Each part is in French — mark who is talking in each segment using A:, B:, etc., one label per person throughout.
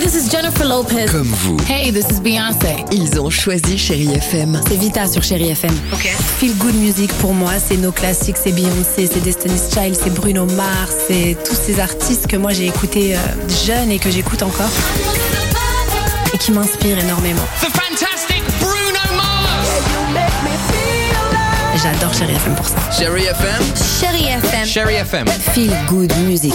A: this is Jennifer Lopez.
B: Comme vous,
A: Hey, this is Beyoncé.
C: Ils ont choisi Chérie FM.
A: C'est Vita sur Chérie FM.
C: Ok.
D: Feel Good Music pour moi, c'est nos classiques, c'est Beyoncé, c'est Destiny's Child, c'est Bruno Mars, c'est tous ces artistes que moi j'ai écoutés euh, jeune et que j'écoute encore et qui m'inspirent énormément.
E: The fantastic Bruno Mars.
D: J'adore Chérie FM pour ça.
B: Chérie FM,
A: Chérie FM.
E: Sherry FM.
C: Feel Good Music.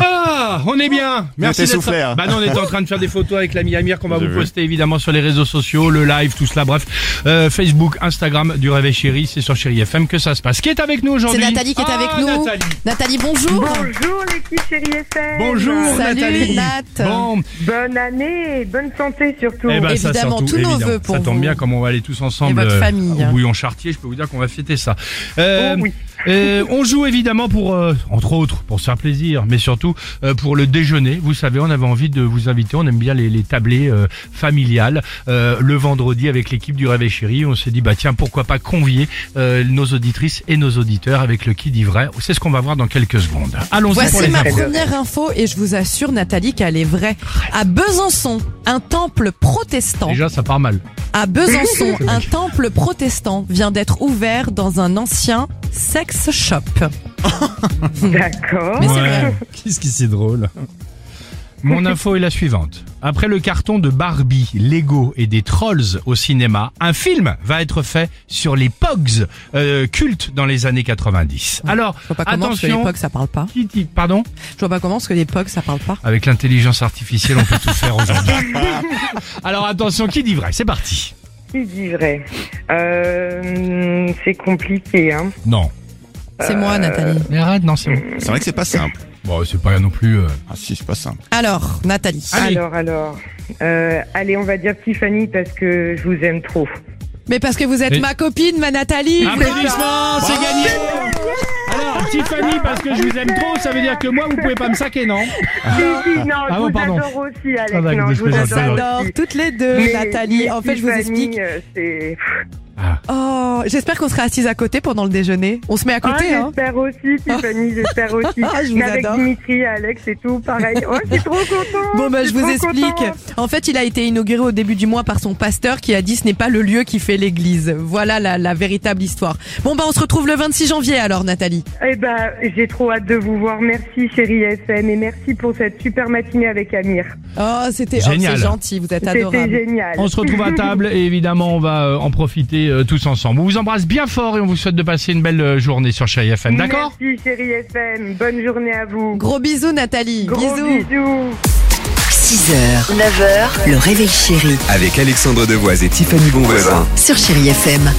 F: Ah, on est bien. Merci
G: était
F: d'être-
G: soufflé, hein.
F: Bah non, on était en train de faire des photos avec l'ami Amir qu'on va
G: J'ai
F: vous
G: vu.
F: poster évidemment sur les réseaux sociaux, le live, tout cela. Bref, Euh, Facebook, Instagram du Réveil Chéri, c'est sur Chéri FM que ça se passe. Qui est avec nous
H: C'est
F: aujourd'hui
H: Nathalie qui est
F: Ah,
H: avec nous.
F: Nathalie.
H: Nathalie, bonjour.
I: Bonjour l'équipe Chérie FM.
F: Bonjour
H: Salut,
F: Nathalie.
H: Nat.
F: Bon,
I: Bonne année et bonne santé surtout.
F: eh ben, ça,
H: Évidemment,
F: surtout,
H: tous nos
F: évidemment.
H: vœux pour
F: Ça tombe
H: vous.
F: bien comme on va aller tous ensemble
H: Et votre
F: euh,
H: famille.
F: au bouillon Chartier, je peux vous dire qu'on va fêter ça. Euh,
I: Oh oui.
F: euh, on joue évidemment pour, euh, entre autres, pour se faire plaisir, mais surtout euh, pour le déjeuner. Vous savez, on avait envie de vous inviter, on aime bien les, les tablés euh, familiales. Euh, le vendredi, avec l'équipe du Réveil Chéri, on s'est dit, bah tiens, pourquoi pas convier euh, nos auditrices et nos auditeurs avec le qui dit vrai. C'est ce qu'on va voir dans quelques secondes. Allons-y pour
H: Voici
F: les
H: ma
F: infos.
H: première info et je vous assure Nathalie qu'elle est vraie. À Besançon, un temple protestant.
F: Déjà, ça part mal.
H: À Besançon, un temple protestant vient d'être ouvert dans un ancien sex shop.
I: D'accord.
H: Mais c'est vrai.
F: Qu'est-ce qui c'est drôle Mon info est la suivante. Après le carton de Barbie, Lego et des trolls au cinéma, un film va être fait sur les Pogs, euh, cultes dans les années 90. Alors,
H: Je vois pas comment parce que
F: attention.
H: l'époque ça parle pas.
F: Qui dit- Pardon
H: Je vois pas comment parce que l'époque ça parle pas.
F: Avec l'intelligence artificielle, on peut tout faire aujourd'hui. Alors attention, qui dit vrai C'est parti.
I: Qui dit vrai Euh, C'est compliqué. Hein.
F: Non.
H: C'est
F: Euh.
H: moi Nathalie.
F: Mais arrête, non, c'est bon.
G: C'est vrai que c'est pas simple.
F: Bon, c'est pas non plus. euh,
G: Ah si, c'est pas simple.
H: Alors Nathalie.
F: Allez.
I: Alors, alors. Euh, allez, on va dire Tiffany parce que je vous aime trop.
H: Mais parce que vous êtes
F: Et-
H: ma copine, ma Nathalie.
F: Applaudissements, Ah, c'est gagné Alors, Tiffany, parce que je vous aime trop, ça veut dire que moi, vous pouvez pas me saquer, non
I: Si, si, non,
F: Ah
I: je
F: bon,
I: vous
F: pardon.
I: adore aussi, Alex.
F: Ah, d'accord,
I: non, je vous
F: désolé,
I: adore.
F: désolé.
H: J'adore
I: aussi.
H: toutes les deux,
I: Mais-
H: Nathalie.
I: mais
H: En fait, je vous
I: Tiffany,
H: explique.
I: euh, c'est-
H: Oh, j'espère qu'on sera assis à côté pendant le déjeuner. On se met à
I: Ah,
H: côté, hein.
I: j'espère aussi, Tiffany, j'espère aussi.
H: Ah, je vous
I: Mais avec
H: adore.
I: Dimitri, Alex et tout, pareil. Oh, je suis trop contente.
H: Bon, bah, je
I: suis
H: vous
I: trop
H: explique.
I: contente.
H: En fait, il a été inauguré au début du mois par son pasteur qui a dit ce n'est pas le lieu qui fait l'église. Voilà la, la véritable histoire. Bon, bah, on se retrouve le 26 janvier alors, Nathalie.
I: Eh ben, j'ai trop hâte de vous voir. Merci, chérie FM, et merci pour cette super matinée avec Amir.
H: Oh, c'était oh,
F: Génial.
H: c'est gentil, vous êtes
I: C'était
H: adorable.
I: génial.
F: On se retrouve à table et évidemment, on va euh, en profiter euh, tous ensemble. On vous embrasse bien fort et on vous souhaite de passer une belle euh, journée sur Chérie FM, d'accord
I: Merci, chérie FM. Bonne journée à vous.
H: Gros bisous, Nathalie.
I: Gros
H: bisous.
I: bisous.
C: 6h, 9h, le réveil chéri
B: Avec Alexandre Devoise et Tiffany Bonvoisin.
C: sur Chérie FM.